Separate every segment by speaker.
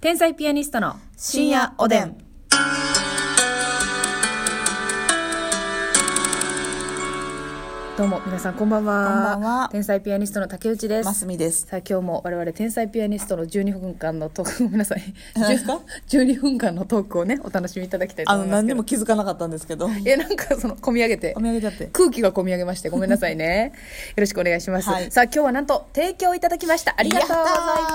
Speaker 1: 天才ピアニストの
Speaker 2: 深夜おでん。
Speaker 1: どうも皆さんこんばんは
Speaker 2: こんばんは
Speaker 1: 天才ピアニストの竹内です、
Speaker 2: ますみです。
Speaker 1: さあ今日も我々天才ピアニストの12分間のトークごめんなさい
Speaker 2: 何で すか
Speaker 1: 12分間のトークをねお楽しみいただきたいと
Speaker 2: あ
Speaker 1: 思
Speaker 2: の、
Speaker 1: いますけ
Speaker 2: 何に
Speaker 1: ど
Speaker 2: も気づかなかったんですけど。
Speaker 1: いやなんかその込み上げて
Speaker 2: お土産だって。
Speaker 1: 空気が込み上げましてごめんなさい ねよろしくお願いします、
Speaker 2: はい
Speaker 1: さあ今日はなんと提供いただきましたありがとうございます
Speaker 2: やったー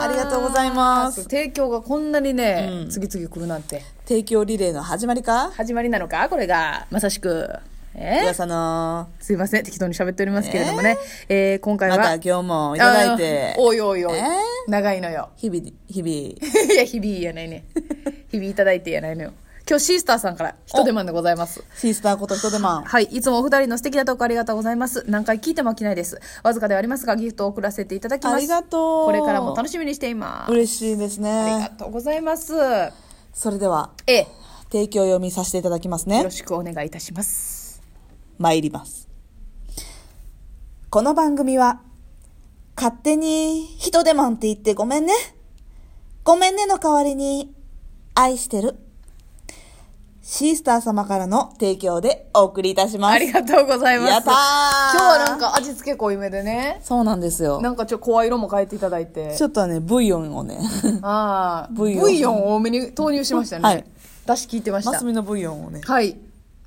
Speaker 2: ありがとうございます
Speaker 1: 提供がこんなにね、
Speaker 2: うん
Speaker 1: 次々来るなんて
Speaker 2: 提供リレーの始まりか
Speaker 1: 始まりなのかこれがまさしくえ
Speaker 2: 皆さんの、
Speaker 1: すいません適当に喋っておりますけれどもね、えー今回
Speaker 2: ま
Speaker 1: は
Speaker 2: た今日もいただいて
Speaker 1: あー、おいおいおい、
Speaker 2: え
Speaker 1: 長いのよ
Speaker 2: 日々、日々、
Speaker 1: いや日々やない ね日々いただいてやないのよ今日シースターさんから一手間でございます
Speaker 2: シースターこと人でまん。
Speaker 1: はい。いつもお二人の素敵なトークありがとうございます。何回聞いても飽きないです。わずかではありますが、ギフトを送らせていただきます。
Speaker 2: ありがとう。
Speaker 1: これからも楽しみにしています。
Speaker 2: 嬉しいです
Speaker 1: ありが
Speaker 2: ね。
Speaker 1: とうございます。
Speaker 2: それでは、
Speaker 1: ええ、
Speaker 2: 提供読みさせていただきます
Speaker 1: よ
Speaker 2: ね
Speaker 1: ろ。しくお願いいたします。
Speaker 2: 参ります。この番組は、勝手に人でマンって言ってごめんね。ごめんねの代わりに、愛してる。シースター様からの提供でお送りいたします。
Speaker 1: ありがとうございます。
Speaker 2: やったー
Speaker 1: 今日はなんか味付け濃いめでね、
Speaker 2: そうなんですよ
Speaker 1: な。んかちょっと声色も変えていただいて
Speaker 2: ち、ょっとね、ブイヨンをね、
Speaker 1: ああ、ブ
Speaker 2: ブイ
Speaker 1: イヨ
Speaker 2: ヨン
Speaker 1: ンを多めに投入しましたね。
Speaker 2: はい
Speaker 1: 出し聞いてまし
Speaker 2: マス
Speaker 1: た。
Speaker 2: ミのブイヨンをね。
Speaker 1: はい。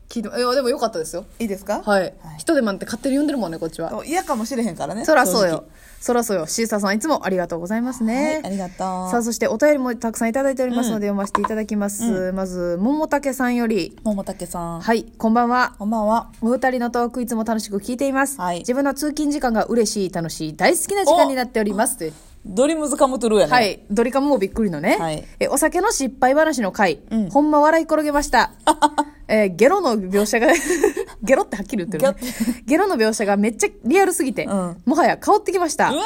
Speaker 1: 聞いて、いや、でも良かったですよ。
Speaker 2: いいですか
Speaker 1: はい。人でなんて勝手に呼んでるもんね、こっちは。
Speaker 2: 嫌かもしれへんからね。
Speaker 1: そらそうよ。そらそうよ。シーサーさんいつもありがとうございます
Speaker 2: 正直。
Speaker 1: ね。
Speaker 2: はい、ありがとう。
Speaker 1: さあ、そしてお便りもたくさんいただいておりますので、読ませていただきます。まず、桃竹さんより、
Speaker 2: 桃竹さん。
Speaker 1: はい、こんばんは。
Speaker 2: こんばんは。
Speaker 1: お二人のトークいつも楽しく聞いています。
Speaker 2: はい
Speaker 1: 自分の通勤時間が嬉しい、楽しい、大好きな時間になっております。という
Speaker 2: ドリームズカムトゥルーやね。
Speaker 1: は。い、ドリカムもびっくりのね、
Speaker 2: はい
Speaker 1: えお酒の失敗話の回、
Speaker 2: うん
Speaker 1: ほんま笑い転げま した、えーゲロの描写が ゲロってはっきり言ってる、ね
Speaker 2: ゲロ、
Speaker 1: ゲロの描写がめっちゃリアルすぎて、
Speaker 2: うん
Speaker 1: もはや香ってきました
Speaker 2: うわ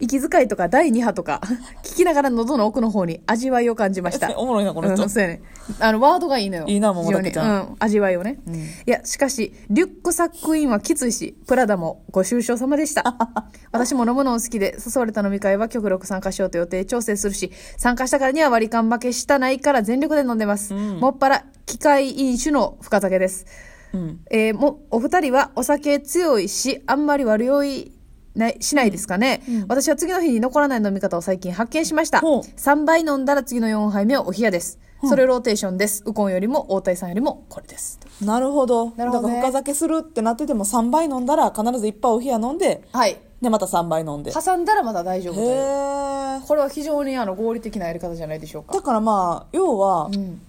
Speaker 1: 息遣いとか第2波とか聞きながら喉の奥の方に味わいを感じま した
Speaker 2: おもろいな、この人
Speaker 1: うん、。そうやねあのワードがいいのよ
Speaker 2: いいな
Speaker 1: 非
Speaker 2: 桃
Speaker 1: 常に
Speaker 2: 竹ちゃ
Speaker 1: うん、味わいをね、いやしかしリュックサックインはきついしプラダもご愁傷様でした 私も飲むのを好きで誘われた飲み会は極力参加しようと予定調整するし参加したからには割り勘負けしたないから全力で飲んでます、もっぱら機械飲酒の深酒です
Speaker 2: うん。
Speaker 1: えーもお二人はお酒強いしあんまり悪酔いないしないですかね、私は次の日に残らない飲み方を最近発見しました
Speaker 2: ほう
Speaker 1: 3杯飲んだら次の4杯目はお冷やですそれローテーションですウコンよりも大谷さんよりもこれです
Speaker 2: なるほど。
Speaker 1: なるほどね
Speaker 2: だから深酒するってなってても3杯飲んだら必ず1杯お冷や飲んで、
Speaker 1: はい
Speaker 2: で、また3杯飲んで。へ
Speaker 1: 挟んだらまだ大丈夫という
Speaker 2: え。
Speaker 1: これは非常にあの合理的なやり方じゃないでしょうか
Speaker 2: だからまあ、要は、
Speaker 1: ん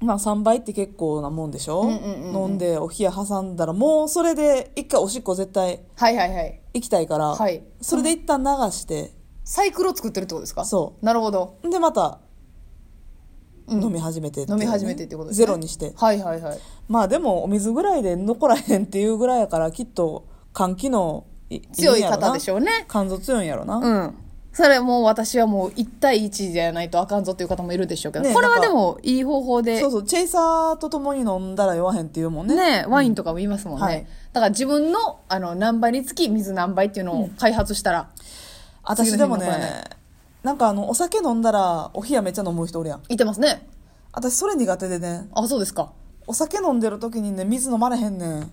Speaker 2: まあ3杯って結構なもんでしょ、
Speaker 1: んうんうん
Speaker 2: 飲んでお冷や挟んだら、もうそれで一回おしっこ絶対
Speaker 1: はいはいはい
Speaker 2: 行きたいから、
Speaker 1: はい
Speaker 2: それで一旦流して、
Speaker 1: サイクルを作ってるってことですか
Speaker 2: そう
Speaker 1: なるほど
Speaker 2: で、また、
Speaker 1: うん
Speaker 2: 飲み始めてっていう
Speaker 1: 飲
Speaker 2: ね、
Speaker 1: み始めてってことですね
Speaker 2: ゼロにして。
Speaker 1: はいはいはい
Speaker 2: まあでも、お水ぐらいで残らへんっていうぐらいやから、きっと、肝機能い、
Speaker 1: 強い
Speaker 2: んやろな
Speaker 1: 方でしょうね
Speaker 2: 肝臓強いんやろな。
Speaker 1: うん。それもう私はもう1対1じゃないとあかんぞっていう方もいるでしょうけど、
Speaker 2: ねえ
Speaker 1: これは
Speaker 2: なん
Speaker 1: で
Speaker 2: か
Speaker 1: もいい方法で
Speaker 2: そうそう、チェイサーとともに飲んだら酔わへんっていうもんね。
Speaker 1: ねえワインとかも言いますもんね、
Speaker 2: うんはい
Speaker 1: だから自分のあの何倍につき水何倍っていうのを開発したら、
Speaker 2: 私でも
Speaker 1: 次の日も残ら
Speaker 2: ね、なんかあの、お酒飲んだら、お冷やめっちゃ飲む人おるやん。
Speaker 1: いてますね
Speaker 2: 私それ苦手でね、
Speaker 1: あそうですか
Speaker 2: お酒飲んでる時にね、水飲まれへんねん。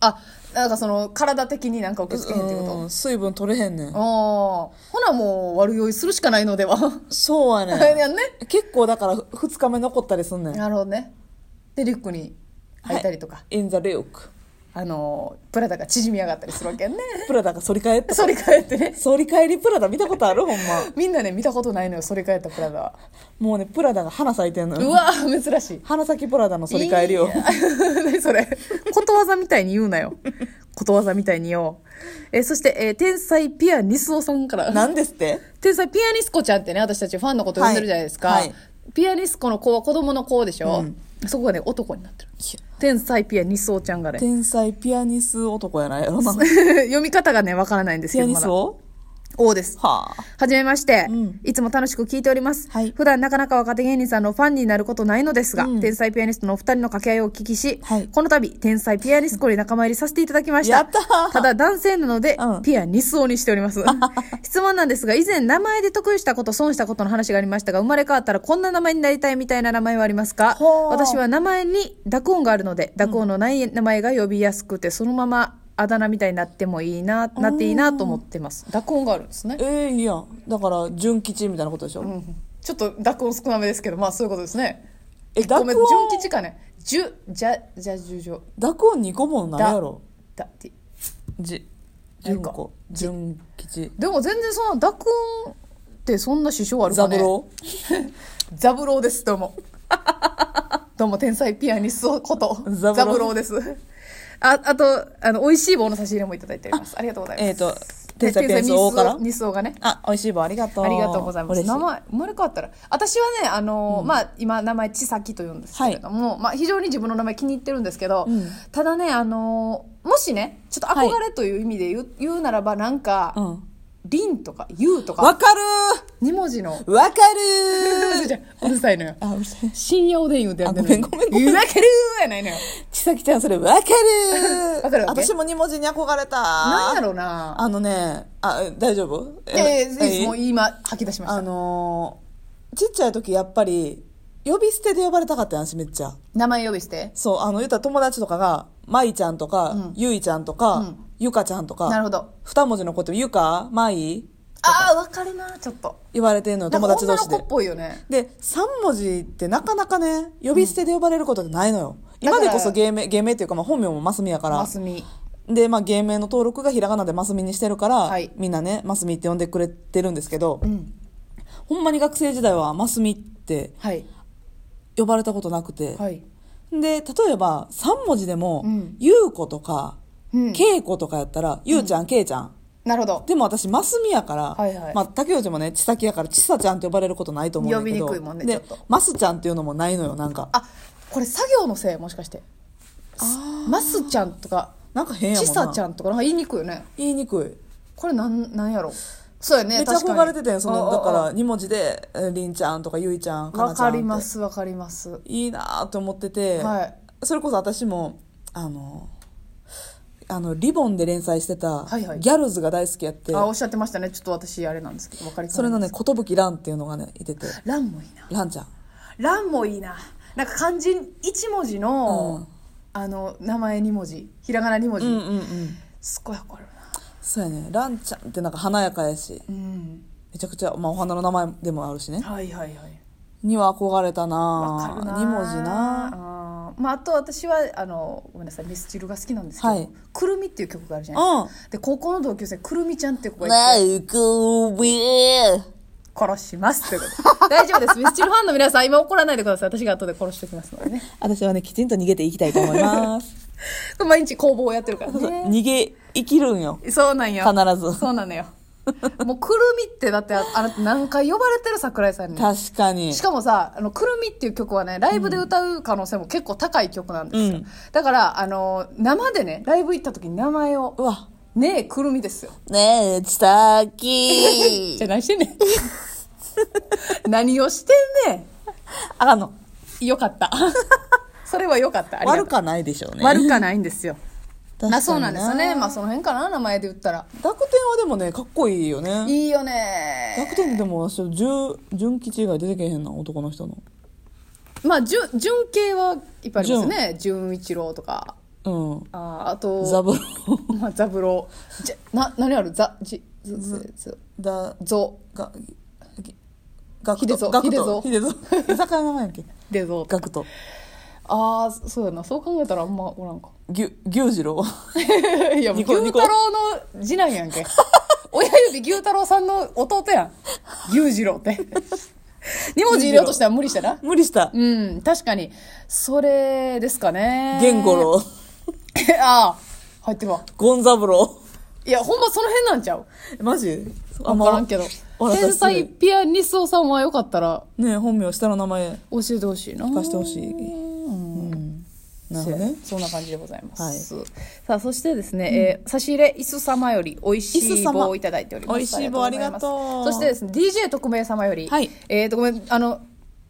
Speaker 1: あなんかその体的になんか受け付けへんってこと
Speaker 2: うん水分取れへんねん
Speaker 1: ああ。ほなもう悪酔いするしかないの では
Speaker 2: そうやね
Speaker 1: やんね
Speaker 2: ん。結構だから2日目残ったりすんねん。
Speaker 1: なるほどねでリュックに入ったりとか、
Speaker 2: in the luke.
Speaker 1: あのプラダが縮み上がったりするわけやんね
Speaker 2: プラダが反り返って。
Speaker 1: 反り返ってね
Speaker 2: 反り返りプラダ見たことあるほんま。
Speaker 1: みんなね見たことないのよ反り返ったプラダは
Speaker 2: もうね、プラダが花咲いてんの
Speaker 1: う
Speaker 2: よ。
Speaker 1: わ珍しい
Speaker 2: 花咲きプラダの反り返りを
Speaker 1: い い。ね 何それことわざみたいに言うなよことわざみたいによえーそして、えー天才ピアニスオさんから
Speaker 2: なんですって
Speaker 1: 天才ピアニスコちゃんってね私たちファンのこと呼んでるじゃないですか、
Speaker 2: はいはい
Speaker 1: ピアニスコの子は子供の子でしょ、
Speaker 2: うん
Speaker 1: そこがね男になってる天才ピアニスオちゃん がね
Speaker 2: 天才ピアニス男やないやろな。
Speaker 1: 読み方がねわからないんです
Speaker 2: ピ
Speaker 1: け
Speaker 2: ア
Speaker 1: ど
Speaker 2: ニ
Speaker 1: ま
Speaker 2: ス
Speaker 1: だ
Speaker 2: を
Speaker 1: 王です。
Speaker 2: はあ。
Speaker 1: はじめまして、
Speaker 2: うん
Speaker 1: いつも楽しく聞いております、
Speaker 2: はい
Speaker 1: 普段なかなか若手芸人さんのファンになることないのですが、
Speaker 2: うん
Speaker 1: 天才ピアニストのお二人の掛け合いをお聞きし、
Speaker 2: はい
Speaker 1: この度、天才ピアニスコに仲間入りさせていただきました。
Speaker 2: やったー
Speaker 1: だ男性なので、
Speaker 2: うん
Speaker 1: ピアニスオにしており ます。質問なんですが、以前名前で得意したこと、損したことの話がありましたが、生まれ変わったらこんな名前になりたいみたいな名前はありますか
Speaker 2: ほう
Speaker 1: 私は名前に濁音があるので、濁音のない名前が呼びやすくて、そのままあだ名みたいになってもいいな、なっていいなと思ってます。濁音があるんですね。
Speaker 2: ええいいやん。だから、純吉みたいなことでしょ。
Speaker 1: ちょっと濁音少なめですけど、まあそういうことですね。
Speaker 2: え、濁
Speaker 1: ご
Speaker 2: 音
Speaker 1: めん、、純吉かね。じゅ、じゃ、じゃ、じゅじょ。
Speaker 2: 濁音2個もないやろ。
Speaker 1: だって。
Speaker 2: じ、
Speaker 1: 何
Speaker 2: 純
Speaker 1: 個
Speaker 2: 子、純吉。
Speaker 1: でも全然その濁音ってそんな支障あるか
Speaker 2: ザ
Speaker 1: ね
Speaker 2: ブロ
Speaker 1: ザブローです、どうも。 どうも、天才ピアニストこと、
Speaker 2: ザ
Speaker 1: ザ
Speaker 2: ブロー
Speaker 1: ブローです。あ、あと、あの、美味しい棒の差し入れもいただいております。ありがとうございます。
Speaker 2: えーと天才ピアニスト王から
Speaker 1: ニス王がね。
Speaker 2: あ、美味しい棒ありがとう。
Speaker 1: ありがとうございます。
Speaker 2: 嬉し
Speaker 1: 名前、生まれ変わったら。私はね、あのーまあ、今、名前、ちさきと言うんですけれども、まあ、非常に自分の名前気に入ってるんですけど、
Speaker 2: うん
Speaker 1: ただね、あのーもしね、ちょっと憧れという意味で言う,、言うならば、なんか、
Speaker 2: うん
Speaker 1: りんとか、ゆうとか、
Speaker 2: わかる
Speaker 1: 2文字の、
Speaker 2: ーわかる ー
Speaker 1: じゃうるさいのよ。
Speaker 2: あ、うるさい。
Speaker 1: 深夜おでん言うてやってんの
Speaker 2: あ
Speaker 1: に
Speaker 2: ごめんごめんごめん
Speaker 1: ゆらけるーやないのよ。
Speaker 2: ちさきちゃん、それわかるー
Speaker 1: わかるわけ
Speaker 2: 私も2文字に憧れた
Speaker 1: なんやろ
Speaker 2: う
Speaker 1: うな
Speaker 2: あのね、あ、大丈夫
Speaker 1: ええいいですもう今吐き出しまし
Speaker 2: あ
Speaker 1: た。
Speaker 2: のーちっちゃい時やっぱり呼び捨てで呼ばれたかったやんしめっちゃ
Speaker 1: 名前呼びして。
Speaker 2: そうあの言ったら友達とかが舞ちゃんとか、ゆいちゃんとか、
Speaker 1: うん
Speaker 2: ゆかちゃんとか
Speaker 1: なるほど。
Speaker 2: 二文字のことゆか舞
Speaker 1: ああ、わかるな、ちょっと。
Speaker 2: 言われてんのよ友達同
Speaker 1: なん
Speaker 2: 士
Speaker 1: か女
Speaker 2: で
Speaker 1: の子っぽいよね。
Speaker 2: で三文字ってなかなかね呼び捨てで呼ばれることってないのよ、
Speaker 1: だか
Speaker 2: 今
Speaker 1: ら
Speaker 2: でこそ芸名芸名っていうか、まあ、本名もマスミやから
Speaker 1: マスミ。
Speaker 2: で、まあ、芸名の登録がひらがなでマスミにしてるから、
Speaker 1: はい
Speaker 2: みんなねマスミって呼んでくれてるんですけど、
Speaker 1: ん
Speaker 2: ほんまに学生時代はマスミって
Speaker 1: はい。
Speaker 2: 呼ばれたことなくて、
Speaker 1: はい。
Speaker 2: で例えば3文字でも
Speaker 1: うん
Speaker 2: 「ゆうこ」とか
Speaker 1: う
Speaker 2: 「
Speaker 1: ん
Speaker 2: けいこ」とかやったら「ゆうちゃんけいちゃん
Speaker 1: なるほど」。
Speaker 2: でも私ますみやから、
Speaker 1: はいはい
Speaker 2: まあ、竹内もねちさきやからちさちゃんって呼ばれることないと思うんだけど
Speaker 1: 呼びにくいもんねちょ
Speaker 2: で
Speaker 1: っと
Speaker 2: ますちゃんっていうのもないのよなんか
Speaker 1: あ、これ作業のせいもしかして。マスちゃんとか、
Speaker 2: なんか変やも
Speaker 1: ち
Speaker 2: んな
Speaker 1: さちゃんとか、なんか言いにくいよね。
Speaker 2: 言いにくい
Speaker 1: これなん、なんやろう。そうやね。
Speaker 2: めっちゃ
Speaker 1: 確か
Speaker 2: 憧
Speaker 1: に
Speaker 2: れててそ
Speaker 1: あ
Speaker 2: の
Speaker 1: あ
Speaker 2: だか
Speaker 1: あ
Speaker 2: ら2文字でえーりんちゃんとかゆいちゃんかな
Speaker 1: わ
Speaker 2: ちゃん
Speaker 1: か
Speaker 2: って
Speaker 1: ります、わかります。
Speaker 2: いいなと思ってて、
Speaker 1: はい
Speaker 2: それこそ私もあのあのリボンで連載してた、
Speaker 1: はいはい
Speaker 2: ギャルズが大好きやって
Speaker 1: あ、おっしゃってましたね。ちょっと私、あれなんですけど、わかりか
Speaker 2: それのね寿蘭っていうのがねいてて
Speaker 1: 欄もいいな。
Speaker 2: 蘭ちゃん
Speaker 1: 蘭もいいななんか漢字1文字の、
Speaker 2: うん
Speaker 1: あの名前2文字ひらがな2文字、
Speaker 2: うんうんうん
Speaker 1: すっごいわかるな
Speaker 2: そうやね蘭ちゃんってなんか華やかやし
Speaker 1: うん
Speaker 2: めちゃくちゃ、まあ、お花の名前でもあるしね
Speaker 1: はいはいはい
Speaker 2: には憧れた
Speaker 1: わか
Speaker 2: な
Speaker 1: るな
Speaker 2: 2文字な
Speaker 1: あーまああと私はあのごめんなさいミスチルが好きなんですけど、
Speaker 2: はい
Speaker 1: くるみっていう曲があるじゃないですか、
Speaker 2: うん
Speaker 1: で高校の同級生くるみちゃんっていう子が
Speaker 2: ない
Speaker 1: て
Speaker 2: うこび
Speaker 1: 殺しますということで 大丈夫ですミスチルファンの皆さん今怒らないでください私が後で殺しておきますので ね
Speaker 2: 私はねきちんと逃げていきたいと思います
Speaker 1: 毎日工房をやってるから
Speaker 2: そう
Speaker 1: ね
Speaker 2: 逃げ生きるんよ
Speaker 1: そうなんよ
Speaker 2: 必ず
Speaker 1: そうなのよもうくるみってだってああの何回呼ばれてる桜井さんに
Speaker 2: 確かに
Speaker 1: しかもさ「あのくるみ」っていう曲はねライブで歌う可能性も結構高い曲なんですよ、
Speaker 2: うん
Speaker 1: だからあの生でねライブ行った時に名前を
Speaker 2: うわ
Speaker 1: 「ねえくるみ」ですよ
Speaker 2: ねえ、ちさき
Speaker 1: じゃあ何してんねん 何をしてんね
Speaker 2: あかんの。
Speaker 1: んよかった それはよかったありがとう
Speaker 2: 悪かないでしょうね。
Speaker 1: 悪かないんですよ
Speaker 2: 確かに
Speaker 1: なそうなんですよねまあその辺かな名前で言ったら
Speaker 2: 濁点はでもね、かっこいいよね。
Speaker 1: いいよね
Speaker 2: 濁点でも、私、純、純吉以外出てけへんな、男の人の。
Speaker 1: まあ純純系はいっぱいありますね純一郎とか
Speaker 2: う
Speaker 1: あーあと
Speaker 2: ん。ザブロ
Speaker 1: まあ、ザブロー。じゃ、な、何あるザ、じ、ず、ず、ず、
Speaker 2: ー。だ、
Speaker 1: ゾ、
Speaker 2: が、ぎガク
Speaker 1: ヒデ
Speaker 2: ト。
Speaker 1: ゾ
Speaker 2: ガク
Speaker 1: ヒデ
Speaker 2: ト。
Speaker 1: ゾ
Speaker 2: ヒデゾ。居 酒屋の名前やっけ
Speaker 1: レゾ。
Speaker 2: ガクト。
Speaker 1: ああ、そうやな。そう考えたらあんまおらんか。
Speaker 2: ぎゅ、牛次郎。
Speaker 1: いや、もう
Speaker 2: ニコ
Speaker 1: 牛
Speaker 2: ニコ
Speaker 1: 太郎の次男やんけ。 親指牛太郎さんの弟やん。牛次郎って。 二文字入れようとしたら無理したな。
Speaker 2: 無理した。
Speaker 1: うん、確かに。それですかね。
Speaker 2: 玄五。郎。
Speaker 1: ああ、入ってるわ。
Speaker 2: ゴンザブロ
Speaker 1: いや、ほんまその辺なんちゃう
Speaker 2: ー。マジ
Speaker 1: わからんけど。
Speaker 2: 笑っ
Speaker 1: 天
Speaker 2: たら失礼
Speaker 1: 才ピアニストさんはよかったら
Speaker 2: ねえ本名、下の名前、
Speaker 1: 教えてほしいな。
Speaker 2: 貸してほしい。
Speaker 1: うん
Speaker 2: なるほどね
Speaker 1: そんな感じでございます、さあそしてですね、えー差し入れいす様より美味し
Speaker 2: い
Speaker 1: い
Speaker 2: す様
Speaker 1: 棒をいただいております
Speaker 2: 美味しい棒ありがとう
Speaker 1: そしてですね DJ 特命様より、
Speaker 2: はい
Speaker 1: えーとごめんあの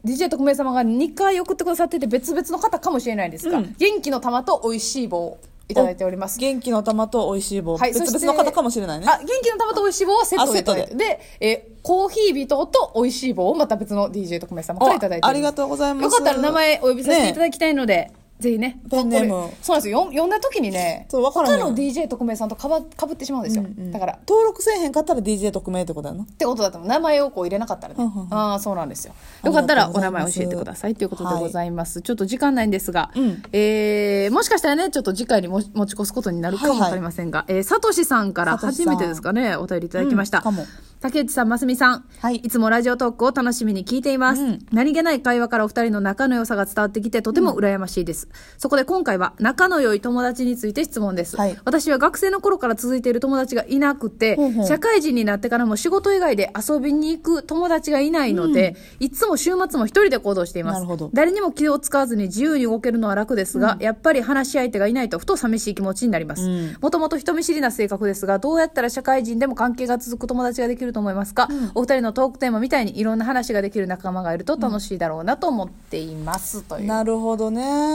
Speaker 1: DJ 特命様が2回送ってくださってて別々の方かもしれないですが、
Speaker 2: うん
Speaker 1: 元気の玉と美味しい棒をいただいております
Speaker 2: 元気の玉と美味しい棒、
Speaker 1: はい、そ
Speaker 2: 別
Speaker 1: して
Speaker 2: 々の方かもしれないね
Speaker 1: あ、元気の玉と美味しい棒はセットでいただいて。
Speaker 2: あセッ
Speaker 1: で、えーコーヒー微糖と美味しい棒をまた別の DJ 特命様からいただいてお
Speaker 2: ありがとうございます
Speaker 1: よかったら名前お呼びさせていただきたいので、ぜひね。
Speaker 2: ペンネーム
Speaker 1: これそうなんですよ。よん呼んだ時にね、
Speaker 2: そうわからんの
Speaker 1: 他
Speaker 2: よ
Speaker 1: の DJ 特命さんとかばかぶってしまうんですよ。だから、っ
Speaker 2: 登録せえへんかったら DJ 特命ってことやな
Speaker 1: てことだと思う名前をこう入れなかったらね。
Speaker 2: うんうんうん
Speaker 1: ああ、そうなんですよ。
Speaker 2: あ
Speaker 1: よ
Speaker 2: り
Speaker 1: かっ
Speaker 2: が
Speaker 1: た
Speaker 2: とう
Speaker 1: らお
Speaker 2: ご
Speaker 1: 名
Speaker 2: ざいます
Speaker 1: 前教えてくださいということで
Speaker 2: はい
Speaker 1: ございます。ちょっと時間ないんですが、
Speaker 2: うん
Speaker 1: えーもしかしたらね、ちょっと次回にも持ち越すことになるかもわかりませんが、えーさとしさんから
Speaker 2: さとし
Speaker 1: 初
Speaker 2: さん
Speaker 1: めてですかね、お便りいただきました。
Speaker 2: うんかも
Speaker 1: 竹内さん、ますみさん、
Speaker 2: はい
Speaker 1: いつもラジオトークを楽しみに聞いています。
Speaker 2: うん
Speaker 1: 何気ない会話からお二人の仲の良さが伝わってきて、とても羨ましいです。そこで今回は、仲の良い友達について質問です。
Speaker 2: はい
Speaker 1: 私は学生の頃から続いている友達がいなくて、
Speaker 2: ほうほう
Speaker 1: 社会人になってからも仕事以外で遊びに行く友達がいないので、いつも週末も一人で行動しています。
Speaker 2: なるほど
Speaker 1: 誰にも気を使わずに自由に動けるのは楽ですが、やっぱり話し相手がいないとふと寂しい気持ちになります、
Speaker 2: うん
Speaker 1: もともと人見知りな性格ですがどうやったら社会人でも関係が続く友達ができると思いますか、お二人のトークテーマみたいにいろんな話ができる仲間がいると楽しいだろうなと思っています、という
Speaker 2: なるほどね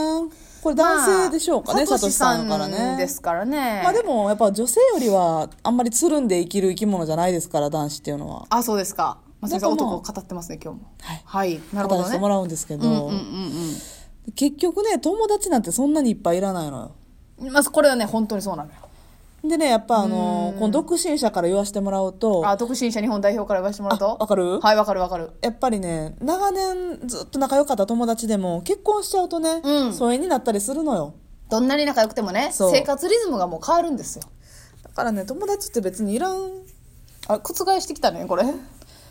Speaker 2: これ男性でしょうかね、
Speaker 1: まあ
Speaker 2: サトシさんから
Speaker 1: さとしさん
Speaker 2: ね
Speaker 1: ですからね
Speaker 2: まあでもやっぱ女性よりはあんまりつるんで生きる生き物じゃないですから男子っていうのは
Speaker 1: あそうですか松井さん
Speaker 2: なんか
Speaker 1: 男
Speaker 2: まあ
Speaker 1: を語ってますね今日も
Speaker 2: はい
Speaker 1: はい、なるほ
Speaker 2: 語
Speaker 1: ど
Speaker 2: らせ
Speaker 1: ね
Speaker 2: てもらうんですけど、
Speaker 1: うんうんうん
Speaker 2: 結局ね友達なんてそんなにいっぱいいらないのよ
Speaker 1: うんまずこれはね本当にそうなのよ
Speaker 2: でねやっぱあのこの独身者から言わせてもらうと
Speaker 1: あ独身者日本代表から言わせてもらうと
Speaker 2: あわかる
Speaker 1: はいわかるわかる
Speaker 2: やっぱりね長年ずっと仲良かった友達でも結婚しちゃうとね、
Speaker 1: うん
Speaker 2: 疎遠になったりするのよ
Speaker 1: どんなに仲良くてもね
Speaker 2: そう
Speaker 1: 生活リズムがもう変わるんですよ
Speaker 2: だからね友達って別にいらん
Speaker 1: あ覆してきたねこれ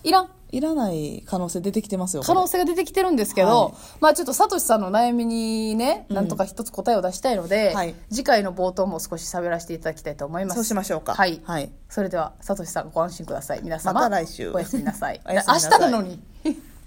Speaker 1: いらん
Speaker 2: いらない可能性出てきてますよこ
Speaker 1: 可
Speaker 2: れ
Speaker 1: 能性が出てきてるんですけど、
Speaker 2: は
Speaker 1: まあちょっとさとしさんの悩みにね、なんとか一つ答えを出したいので、
Speaker 2: はい
Speaker 1: 次回の冒頭も少し喋らせていただきたいと思います
Speaker 2: そうしましょうか
Speaker 1: はい、
Speaker 2: はい
Speaker 1: それではさとしさんご安心ください皆様
Speaker 2: また来週
Speaker 1: おやすみなさい
Speaker 2: おやすみなさい
Speaker 1: 明日なのに